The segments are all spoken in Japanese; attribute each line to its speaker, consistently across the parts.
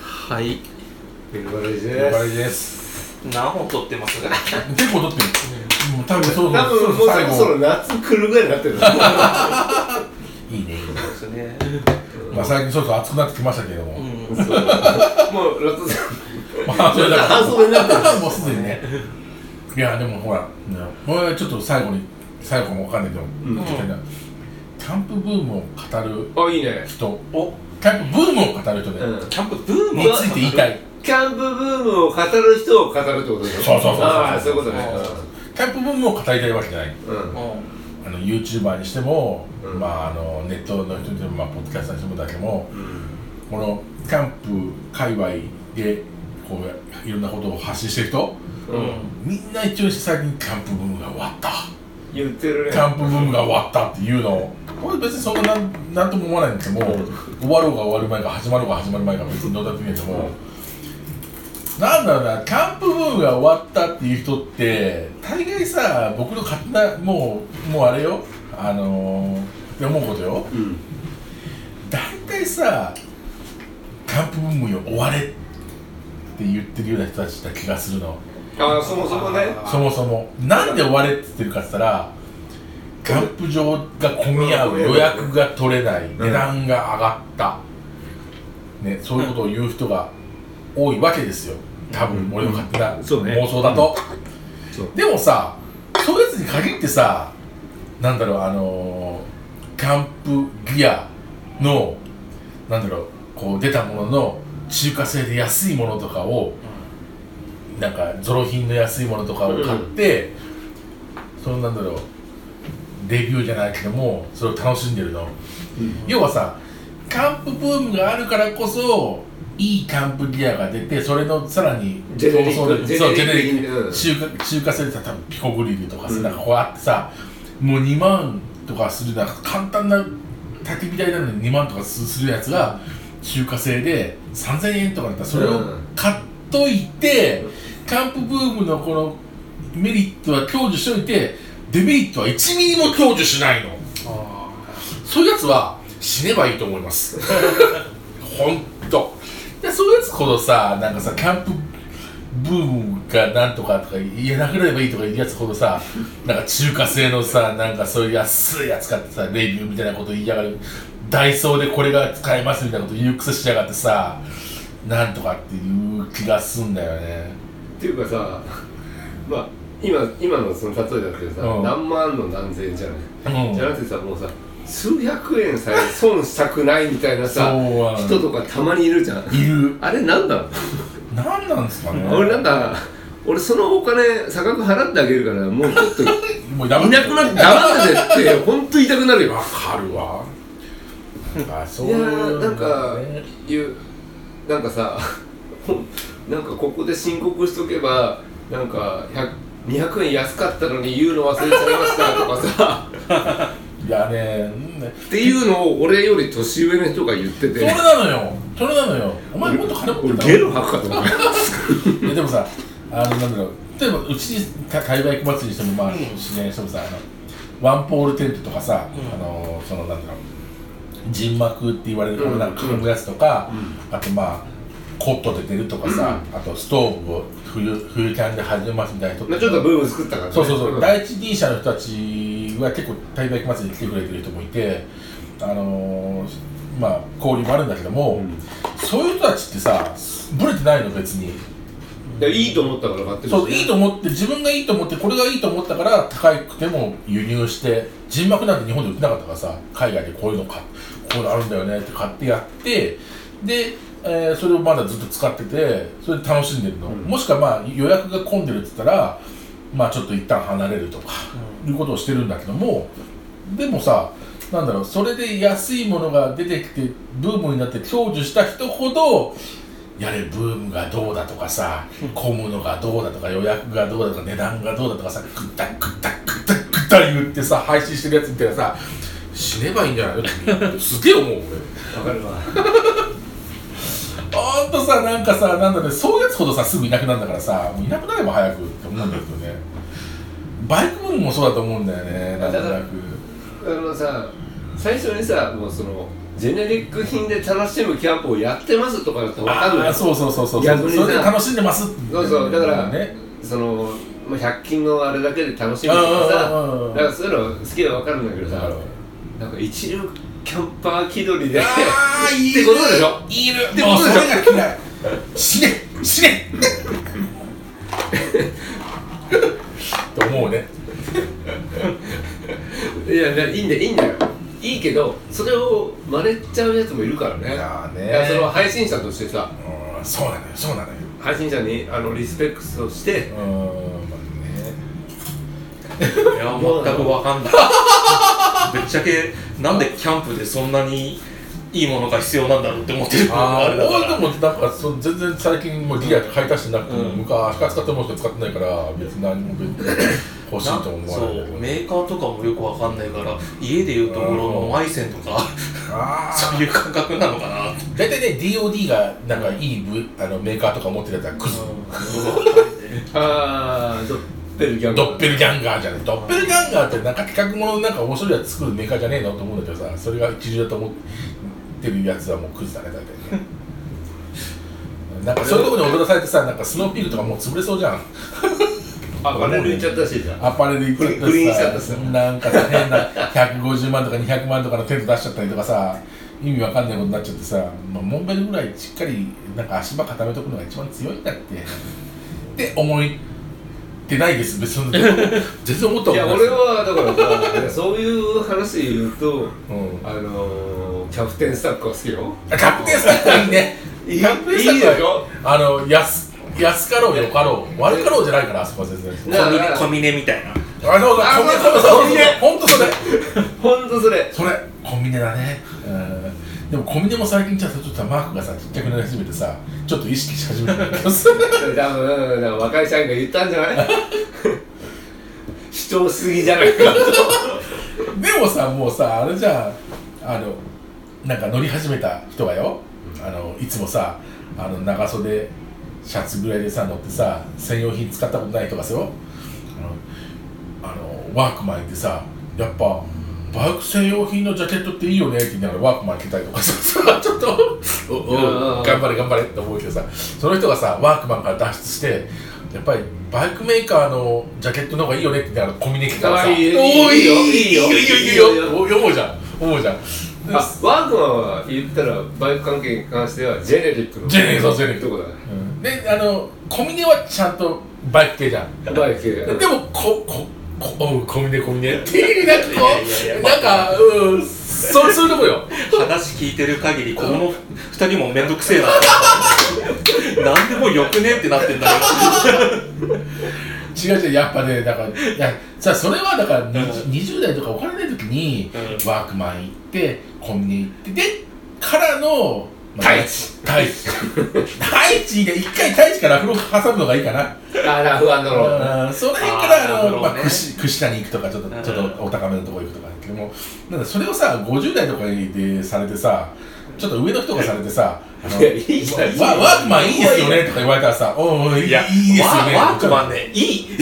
Speaker 1: はい
Speaker 2: ベルバレージ
Speaker 3: バ
Speaker 2: で
Speaker 3: レ
Speaker 2: す
Speaker 3: ーです
Speaker 1: 何本撮ってますか
Speaker 3: 結構撮ってるもう多分そろそろ
Speaker 2: 多分もうそろそろ夏来るぐらいになってる
Speaker 3: いいね
Speaker 1: そうですね
Speaker 3: まあ最近そろそろ暑くなってきましたけれども、
Speaker 1: うん
Speaker 2: そうもうラットさん
Speaker 3: まあそれだから
Speaker 2: 半袖になってる
Speaker 3: もうすでにねいやでもほら、これちょっと最後に最後かもわかんないけど、
Speaker 2: ん
Speaker 3: 聞きたいなキャンプブームを語る
Speaker 2: あいいね
Speaker 3: 人
Speaker 1: お
Speaker 3: キャンプブームを語る人で、
Speaker 2: うん
Speaker 1: キャンプブーム
Speaker 3: について言いたい
Speaker 2: キャンプブームを語る人を語るってことでしょ
Speaker 3: そうそうそうそう
Speaker 2: ああそういうことね
Speaker 3: キャンプブームを語りたいわけじゃない
Speaker 2: うんうん
Speaker 1: う
Speaker 3: あの YouTuber にしても、
Speaker 2: うん
Speaker 3: まあ、あのネットの人にしても、まあ、ポッドキャスターにしてもだけども
Speaker 2: うん
Speaker 3: このキャンプ界隈でこういろんなことを発信してる人
Speaker 2: うんん
Speaker 3: みんな一応最近キャンプブームが終わった
Speaker 2: 言ってるね
Speaker 3: キャンプブームが終わったっていうのをこれ別にそんななんなんとも思わないんですけども終わろうが終わる前か始まろうが始まる前か別にどうだっていいんだけどもなんだろうなキャンプブームが終わったっていう人って大概さ僕の勝手なもうもうあれよあのー、って思うことよ
Speaker 2: うん
Speaker 3: 大体さキャンプブームよ終われって言ってるような人たちだ気がするの
Speaker 2: ああそもそもね
Speaker 3: そもそもなんで終われって言ってるかって言ったらキャンプ場が混み合う予約が取れない
Speaker 2: ん
Speaker 3: 値段が上がった、ね、そういうことを言う人が多いわけですよ多分俺の勝手な
Speaker 2: そうね
Speaker 3: 妄想だと、
Speaker 2: そう
Speaker 3: でもさそういうやつに限ってさなんだろうあのーキャンプギアのなんだろうこう出たものの中華製で安いものとかをなんかゾロ品の安いものとかを買って、そのなんだろうレビューじゃないけどもそれを楽しんでるの、
Speaker 2: うん
Speaker 3: 要はさキャンプブームがあるからこそいいキャンプギアが出てそれのさらに
Speaker 2: ジェネリック
Speaker 3: そうそう
Speaker 2: ジェネリック
Speaker 3: そうジェネリック
Speaker 2: うん
Speaker 3: 中華中華製でさ多分ピコグリルとかさ、
Speaker 2: うん
Speaker 3: なんかこうあってさもう2万とかするなんか簡単な焚き火台なのに2万とかすするやつが中華製で3000円とかだったらそれを買っといて、キャンプブームのこのメリットは享受しといてデメリットは1ミリも享受しないの
Speaker 1: あ
Speaker 3: そういうやつは死ねばいいと思いますほんとでそういうやつほどさなんかさキャンプブームがなんとかとか言えなくなればいいとか言うやつほどさなんか中華製のさなんかそういう安いやつ買ってさレビューみたいなこと言いやがるダイソーでこれが使えますみたいなこと言う癖しやがってさなんとかっていう気がすんだよね
Speaker 2: っていうかさまあ今今のその例えだってさ、
Speaker 3: うん
Speaker 2: 何万の何千円じゃない、
Speaker 3: うん
Speaker 2: じゃなくてさもうさ数百円さえ損したくないみたいなさ
Speaker 3: そうは
Speaker 2: 人とかたまにいるじゃん
Speaker 3: いる
Speaker 2: あれなんなの、
Speaker 3: 何なんですかね
Speaker 2: 俺なんか俺そのお金差額払ってあげるからもうちょっとい
Speaker 3: もうやめて
Speaker 2: なくなって黙っててって本当言いたくなるよ
Speaker 3: わかるわ。あ、そ
Speaker 2: いやーなんかいうなんかさなんかここで申告しとけばなんか100 200円安かったのに言うの忘れちゃいましたとかさ
Speaker 3: いやね、うんね
Speaker 2: っていうのを俺より年上の人が言って
Speaker 3: それ
Speaker 2: て
Speaker 3: なのよ。それなのよ。お前もっと金持って
Speaker 2: 俺
Speaker 3: た
Speaker 2: ゲロ吐くかと思う
Speaker 3: いやでもさ、あのなんだろう。例えばうちにた海外祭りにしてもまあ
Speaker 1: うん
Speaker 3: 自然にしてもさ、あのワンポールテントとかさ、
Speaker 1: うん
Speaker 3: あのそのなんだろう。人幕って言われるこのなんか囲むやつとか、あとまあ。コットで寝るとかさ、あとストーブを冬冬キャンで始めますみたいな人
Speaker 2: まあちょっとブーム作ったからね
Speaker 3: そうそうそう、
Speaker 2: ん
Speaker 3: 第一人者の人たちは結構大学祭りに来てくれてる人もいてあのー、まあ交流もあるんだけども、
Speaker 2: ん
Speaker 3: そういう人たちってさブレてないの別に
Speaker 2: でいいと思ったから買ってるし
Speaker 3: そういいと思って自分がいいと思ってこれがいいと思ったから高くても輸入して人幕なんて日本で売ってなかったからさ海外でこういうの買っこういうのあるんだよねって買ってやってで、えーそれをまだずっと使っててそれで楽しんでるの、
Speaker 2: うん
Speaker 3: もしくはまあ予約が混んでるって言ったらまあちょっと一旦離れるとか、いうことをしてるんだけどもでもさなんだろうそれで安いものが出てきてブームになって享受した人ほどやれブームがどうだとかさ混むのがどうだとか予約がどうだとか値段がどうだとかさくったくったくったくった言ってさ配信してるやつみたいなさ死ねばいいんじゃないの君すげえ思う俺
Speaker 2: わかるわ
Speaker 3: ほんとさなんかさなんだねそういうやつほどさすぐいなくなるんだからさもういなくなれば早くって思うんだけどねバイクブームもそうだと思うんだよねなんとなく
Speaker 2: あのさ最初にさもうそのジェネリック品で楽しむキャンプをやってますとかだったら分かんな
Speaker 3: あ
Speaker 2: い
Speaker 3: そうそうそうそうそ
Speaker 2: 逆に
Speaker 3: う
Speaker 2: さ
Speaker 3: それで楽しんでます
Speaker 2: そうそうだから、
Speaker 3: ね
Speaker 2: その、まあ、100均のあれだけで楽し
Speaker 3: う
Speaker 2: む
Speaker 3: ん
Speaker 2: と
Speaker 3: う
Speaker 2: かさ
Speaker 3: んうんうん
Speaker 2: だからそういうの好きは分かるんだけどさなんか一流キャンパー気取りで
Speaker 3: あー い
Speaker 2: ってことでしょ
Speaker 3: いる
Speaker 2: って
Speaker 3: も
Speaker 2: こ
Speaker 3: う
Speaker 2: とで
Speaker 3: それ
Speaker 2: しょ
Speaker 3: が嫌い死ね死ねと思うね
Speaker 2: いやいやいいんだよいいんだよいいけどそれを真似ちゃうやつもいるからね
Speaker 3: いやーね
Speaker 2: いやその配信者としてさ
Speaker 3: うんそうなのよそうなのよ
Speaker 2: 配信者にあのリスペクトして
Speaker 3: うーんまあ
Speaker 1: いや全くわ かんないぶっちゃけなんでキャンプでそんなにいいものが必要なんだろうって思ってる部分があ
Speaker 3: あ
Speaker 1: れ
Speaker 3: ー
Speaker 1: だか
Speaker 3: 俺
Speaker 1: ら
Speaker 3: でもなんかその全然最近もうギア買い足してなくても
Speaker 1: うん
Speaker 3: 昔から使ってもしか使ってないから別に何も別に欲しいと思わないんだ
Speaker 1: そ
Speaker 3: け
Speaker 1: う
Speaker 3: ど
Speaker 1: メーカーとかもよくわかんないから家でいうところのマイセンとか
Speaker 3: あ
Speaker 1: そ
Speaker 3: ー
Speaker 1: ういう感覚なのかな って
Speaker 3: 大体ね DOD がなんかいいブあのメーカーとか持ってるやつはクズ
Speaker 2: ああドッペルギャング
Speaker 3: ドッペルギャンガーじゃないドッペルギャンガーってなんか企画ものなんか面白いやつ作るメーカーじゃねえのと思うんだけどさそれが一流だと思ってるやつはもうクズだね大体ねなんかそういうところに踊らされてさなんかスノーピークとかもう潰れそうじゃん
Speaker 2: あバレルいっちゃったしじゃん
Speaker 3: アパレル行っちゃ
Speaker 2: 不倫しちゃっ
Speaker 3: った
Speaker 2: た
Speaker 3: し
Speaker 2: し
Speaker 3: さ
Speaker 2: さ
Speaker 3: なんかさ変な150万とか200万とかのテント出しちゃったりとかさ意味わかんないことになっちゃってさ、まあ、モンベルぐらいしっかりなんか足場固めとくのが一番強いんだってって思ってないです別に全然思ったこと
Speaker 2: い
Speaker 3: な
Speaker 2: や
Speaker 3: いで
Speaker 2: 俺
Speaker 3: す
Speaker 2: はだからさそういう話で言うと
Speaker 3: うん
Speaker 2: あのー、キャプテンスタックは好きよ
Speaker 3: あキャプテンスタッフはいいね
Speaker 2: いい
Speaker 3: キャプテンスタッフはい
Speaker 2: いでしょ
Speaker 3: あの安安かろうよかろう悪かろうじゃないからあそこは全然
Speaker 2: だから
Speaker 1: 小峰みたいな
Speaker 3: あそうだ
Speaker 2: あ
Speaker 3: コンビニ
Speaker 2: そうそう
Speaker 3: そうそう
Speaker 2: コンビニ
Speaker 3: 本当それ
Speaker 2: ほんとそれ
Speaker 3: それコンビニだねうんでもコンビニも最近ちょっとさマークがさちっちゃくなり始めてさちょっと意識し始めたんだけどさ
Speaker 2: 多分だから若い社員が言ったんじゃない主張しすぎじゃないかと
Speaker 3: でもさもうさあれじゃんあのなんか乗り始めた人はよあのいつもさあの長袖シャツぐらいでさ乗ってさ専用品使ったことない人がさよあのあのワークマン行ってさやっぱバイク専用品のジャケットっていいよねって言いながらワークマン着たりとかささ ちょっとおお
Speaker 2: うん
Speaker 3: 頑張れ頑張れって思うけどさその人がさワークマンから脱出してやっぱりバイクメーカーのジャケットの方がいいよねって言いながらコミュニケーション
Speaker 2: 可愛い
Speaker 3: おーいいよいいよいいよいいよいい
Speaker 2: いい
Speaker 3: よ
Speaker 2: よ
Speaker 3: お思うじゃん思うじゃん
Speaker 2: あワークマンは言ったらバイク関係に関してはジェネリックの
Speaker 3: ジェネリックそうジェネリック
Speaker 2: ってことだね
Speaker 3: であのコミネはちゃんとバイク系じゃん
Speaker 2: バイク系だね
Speaker 3: でもこここおうコミネコミネっていうなんかこ
Speaker 1: いやいや
Speaker 3: う
Speaker 1: いや
Speaker 3: なんかうんそうそういうとこよ
Speaker 1: 話聞いてる限りこの二人もめんどくせえな何でもよくねってなってんだけ
Speaker 3: 違う違うやっぱねだからいやさそれはだから20 20代とかお金ない時に
Speaker 1: うん
Speaker 3: ワークマン行ってコンビニ行ってでからのまあ
Speaker 2: 太一
Speaker 3: 太一太一で一回太一からアフロ挟むのがいいかな
Speaker 2: あラフアンドロール
Speaker 3: うんその辺か
Speaker 1: あ
Speaker 3: ら
Speaker 1: ーな
Speaker 3: あ
Speaker 1: る
Speaker 3: の、
Speaker 1: ほ
Speaker 3: ま
Speaker 1: ど
Speaker 3: あ、
Speaker 1: ね
Speaker 3: 串串田に行くとかちょっと
Speaker 1: うん
Speaker 3: ちょっとお高めのとこ行くとかだけどもなんかそれをさ50代とかでされてさちょっと上の人がされてさ「あの
Speaker 2: いやいいじゃん
Speaker 3: わワークマンいいですよね」とか言われたらさ「おうおうい
Speaker 1: ど
Speaker 3: いいいですよね」
Speaker 1: ワワークマンねいい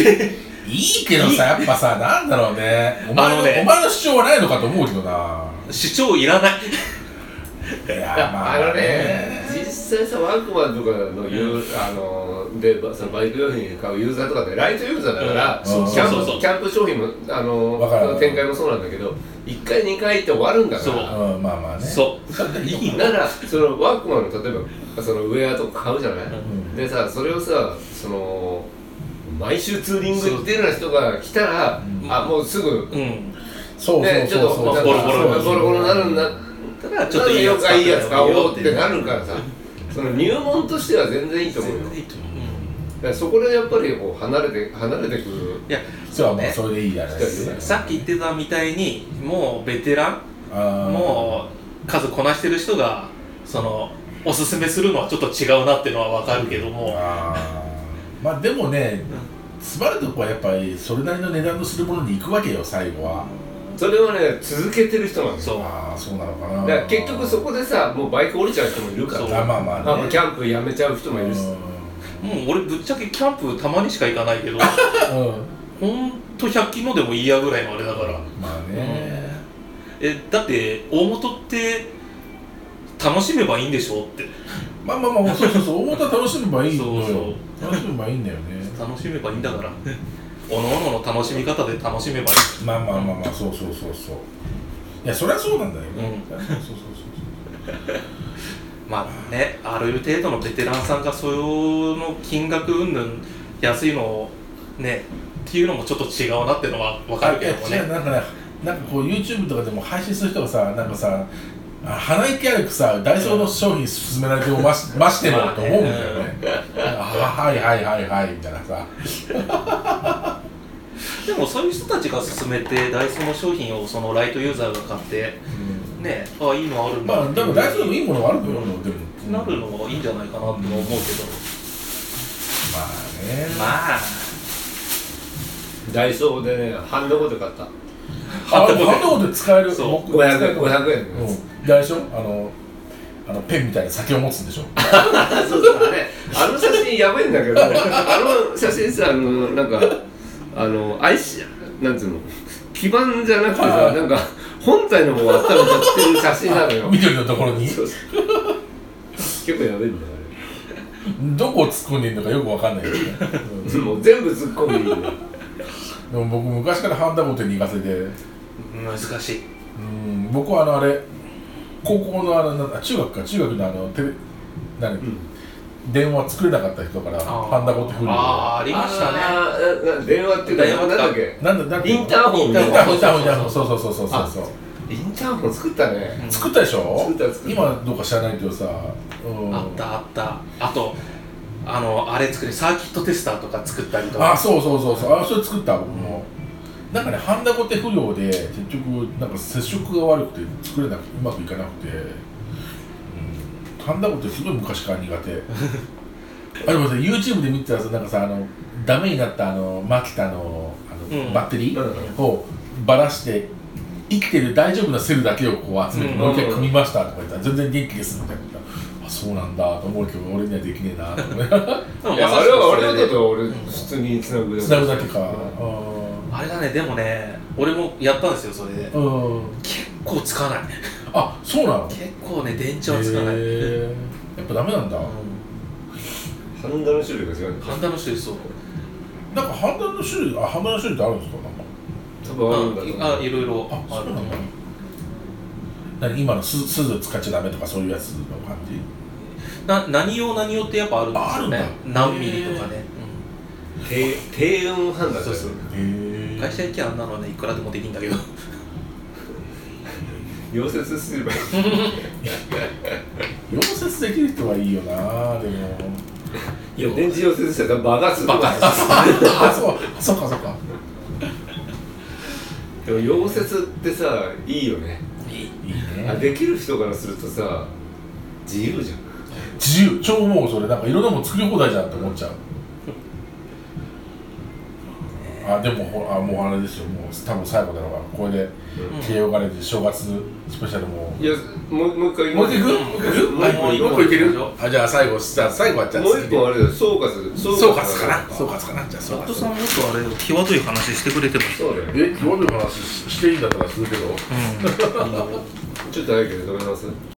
Speaker 3: いいけどさやっぱさなんだろうねお
Speaker 1: あ
Speaker 3: 前の
Speaker 1: のね
Speaker 3: お前の主張はないのかと思うけどな
Speaker 1: 主張いらない
Speaker 3: いや
Speaker 2: いやあのね実際さワークマンとかのユーあのでばそのバイク用品買うユーザーとかでライトユーザーだから、
Speaker 3: うんうん
Speaker 2: キャンプ
Speaker 1: そうそうそう
Speaker 2: キャンプ商品もあ
Speaker 3: わかるわか
Speaker 2: の
Speaker 3: る
Speaker 2: 展開もそうなんだけど1回2回って終わるんだか
Speaker 1: そう
Speaker 2: ら
Speaker 3: うんまあまあね
Speaker 1: そう
Speaker 3: い
Speaker 1: い
Speaker 3: い
Speaker 1: い
Speaker 2: ならそのワークマンの例えばそのウェアとか買うじゃない、
Speaker 3: ん
Speaker 2: でさそれをさその毎週ツーリング行ってるような人が来たら、
Speaker 3: ん
Speaker 2: あもうすぐ、
Speaker 1: うん
Speaker 3: そうそ
Speaker 2: ね
Speaker 3: う
Speaker 2: ちょっ
Speaker 3: そ
Speaker 2: と
Speaker 3: うそう
Speaker 2: なんか
Speaker 1: ボロボロ
Speaker 2: ボロボロになるんだ
Speaker 1: だからちょっといいやつ
Speaker 2: いいやつ買おうってなるからさその入門としては全然いいと思うよ
Speaker 1: 全然いいと思ううん
Speaker 2: だからそこでやっぱりこう離れて離れてくる
Speaker 1: いや
Speaker 3: そうまあそれでいいじゃないですか
Speaker 1: さっき言ってたみたいにもうベテラン
Speaker 3: も
Speaker 1: もう数こなしてる人がそのおすすめするのはちょっと違うなってのはわかるけども
Speaker 3: あーまあでもねつまるとこはやっぱりそれなりの値段のするものに行くわけよ最後は
Speaker 2: それはね続けてる人なんですよ
Speaker 1: そう
Speaker 3: ああそうなのかな
Speaker 2: だから結局そこでさもうバイク降りちゃう人もいるか
Speaker 1: そう
Speaker 2: ら
Speaker 3: あまあま
Speaker 2: あ
Speaker 3: あ
Speaker 2: もう
Speaker 3: ね
Speaker 2: キャンプやめちゃう人もいるし
Speaker 1: もう俺ぶっちゃけキャンプたまにしか行かないけど
Speaker 3: うんうん
Speaker 1: ほんと100キロでもいいやぐらいのあれだから
Speaker 3: まあね
Speaker 1: えだって大元って楽しめばいいんでしょって
Speaker 3: まあまあまあそうそうそう思ったら楽しめばいいのよ
Speaker 1: そうそう
Speaker 3: 楽しめばいいんだよね
Speaker 1: 楽しめばいいんだから おのおのの楽しみ方で楽しめばい
Speaker 3: まあまあまあまあそうそうそうそういやそりゃそうなんだよね、そうそうそう
Speaker 1: いまあねある程度のベテランさんがその金額云々安いのをねっていうのもちょっと違うなってのは分
Speaker 3: そう
Speaker 1: かるけども
Speaker 3: い や違う
Speaker 1: ね
Speaker 3: なんかねなんかこう YouTube とかでも配信する人がさなんかさあ鼻息荒くさダイソーの商品勧められても ましましてもと思うんだよねあはいはいはいはいみたいなさ
Speaker 1: でもそういう人たちが勧めてダイソーの商品をそのライトユーザーが買ってねあいいのあるん
Speaker 3: ま
Speaker 1: だ
Speaker 3: あ
Speaker 1: って
Speaker 3: で
Speaker 1: いう
Speaker 3: もダイソーでもいいものがあると思うよでも
Speaker 1: なるのがいいんじゃないかなとは思うけど、
Speaker 3: まあね
Speaker 1: まあ
Speaker 2: ダイソーでね半のこと買った
Speaker 3: あれハンドで使える
Speaker 1: そう
Speaker 3: 僕
Speaker 2: 500円500円のやつ
Speaker 3: うんであれでしょあのあのペンみたいな先を持つんでしょ
Speaker 2: あそうだねあの写真やばいんだけどあの写真さあのなんかあのアイシなんつうの基板じゃなくてさなんか本体の方が温めちゃってる写真なのよ
Speaker 3: 緑のところに
Speaker 2: そうそう結構やばいんだよ
Speaker 3: どこを突っ込んでいいのかよくわかんない けどね
Speaker 2: あれもう全部突っ込んでいいね
Speaker 3: でも僕昔からハンダボテに行かせて
Speaker 1: 難しい
Speaker 3: うん僕はあのあれ高校のあのなんあ中学か中学のあのテレ何、電話作れなかった人から
Speaker 1: あー
Speaker 3: ハンダボテ振る
Speaker 1: あーありましたね
Speaker 2: あーな電話っていうか
Speaker 1: 電話
Speaker 2: なんだっけ
Speaker 3: なんだなんだ
Speaker 2: インターホン
Speaker 3: インターホンイ
Speaker 1: イ
Speaker 3: ン
Speaker 1: ン
Speaker 3: タ
Speaker 1: ター
Speaker 3: ー
Speaker 1: ホン
Speaker 3: ホンインターホンそうそうそうそうそうそう
Speaker 2: インターホン作ったね
Speaker 3: 作ったでしょ
Speaker 2: 作った作った
Speaker 3: 今どうか知らないけどさ、うん、
Speaker 1: あったあったあとあのあれ作りサーキットテスターとか作ったりと
Speaker 3: あ
Speaker 1: か
Speaker 3: そうそうそうそうあそれ作った僕も、なんかねハンダゴテ不良で結局なんか接触が悪くて作れなくてうまくいかなくて、うん、ハンダゴテすごい昔から苦 手あでもさ YouTube で見てたらさなんかさあのダメになったあのマキタのあの、
Speaker 1: うん
Speaker 3: バッテリ
Speaker 2: うん
Speaker 3: ーをばらして生きてる大丈夫なセルだけをこう集めて、
Speaker 1: うん
Speaker 3: もう一回組みましたとか言ったら全然元気ですみたいなこと言ったらあそうなんだと思うけど俺にはできねえなと思 い
Speaker 1: でも
Speaker 2: いや
Speaker 1: まさ
Speaker 2: あ
Speaker 1: し
Speaker 2: れ
Speaker 1: く
Speaker 2: は
Speaker 1: そ
Speaker 2: 俺
Speaker 1: れ
Speaker 2: は
Speaker 1: で
Speaker 2: だと俺普通につなぐ
Speaker 3: つなぐだけか、
Speaker 2: うん
Speaker 1: あれだねでもね俺もやったんですよそれで
Speaker 3: うんうん
Speaker 1: 結構つかない
Speaker 3: あそうなの
Speaker 1: 結構ね電池はつかない、
Speaker 3: へーやっぱダメなんだ、
Speaker 1: うん
Speaker 2: ハンダの種類が違うんだよ
Speaker 1: ハンダの種類そう
Speaker 3: なんか判断の種類あ判断の種類ってあるんですかなんか
Speaker 2: 多分あるんだと思う
Speaker 1: あいろいろ
Speaker 3: あ
Speaker 1: あ
Speaker 3: そう
Speaker 1: る
Speaker 3: なんだ何今のすすず使っちゃダメとかそういうやつの感じ
Speaker 1: な何用何用ってやっぱあるんですよ
Speaker 3: あ
Speaker 1: ね
Speaker 3: あるんだ
Speaker 1: 何ミリとかね、
Speaker 2: 低低温判断
Speaker 1: そうそう
Speaker 3: へ
Speaker 1: うん会社行きゃあんなのねいくらでもできんだけど
Speaker 2: 溶接すればいい
Speaker 3: 溶接できる人はいいよなでも
Speaker 2: いや電池溶接したらバカする
Speaker 1: バカ
Speaker 3: あそうそうかそうか
Speaker 2: でも溶接ってさいいよね
Speaker 1: いい
Speaker 3: いい
Speaker 2: あ
Speaker 3: ね
Speaker 2: できる人からするとさ自由じゃん
Speaker 3: 自由超思うそれなんかいろんなもん作り放題じゃんって思っちゃうあでもほあもうあれですよもう多分最後だろうからこれで
Speaker 1: うん
Speaker 3: 慶応がれで正月スペシャルも
Speaker 2: いやもうもう一回
Speaker 3: もう一個
Speaker 2: も
Speaker 3: 行くもう一個行
Speaker 2: もう一個行く
Speaker 3: くもう一個行けるあじゃあ最後じゃあ最後はじゃあ
Speaker 2: う一個あれだよ総括
Speaker 3: 次で総括かな総括かなじゃあ総
Speaker 1: 夫
Speaker 3: 括
Speaker 1: さんよくあれ際どい話してくれてまし
Speaker 2: そうだよ
Speaker 3: え今日の話していいんだったらするけど
Speaker 1: たうん
Speaker 2: ちょっと早いけど止めます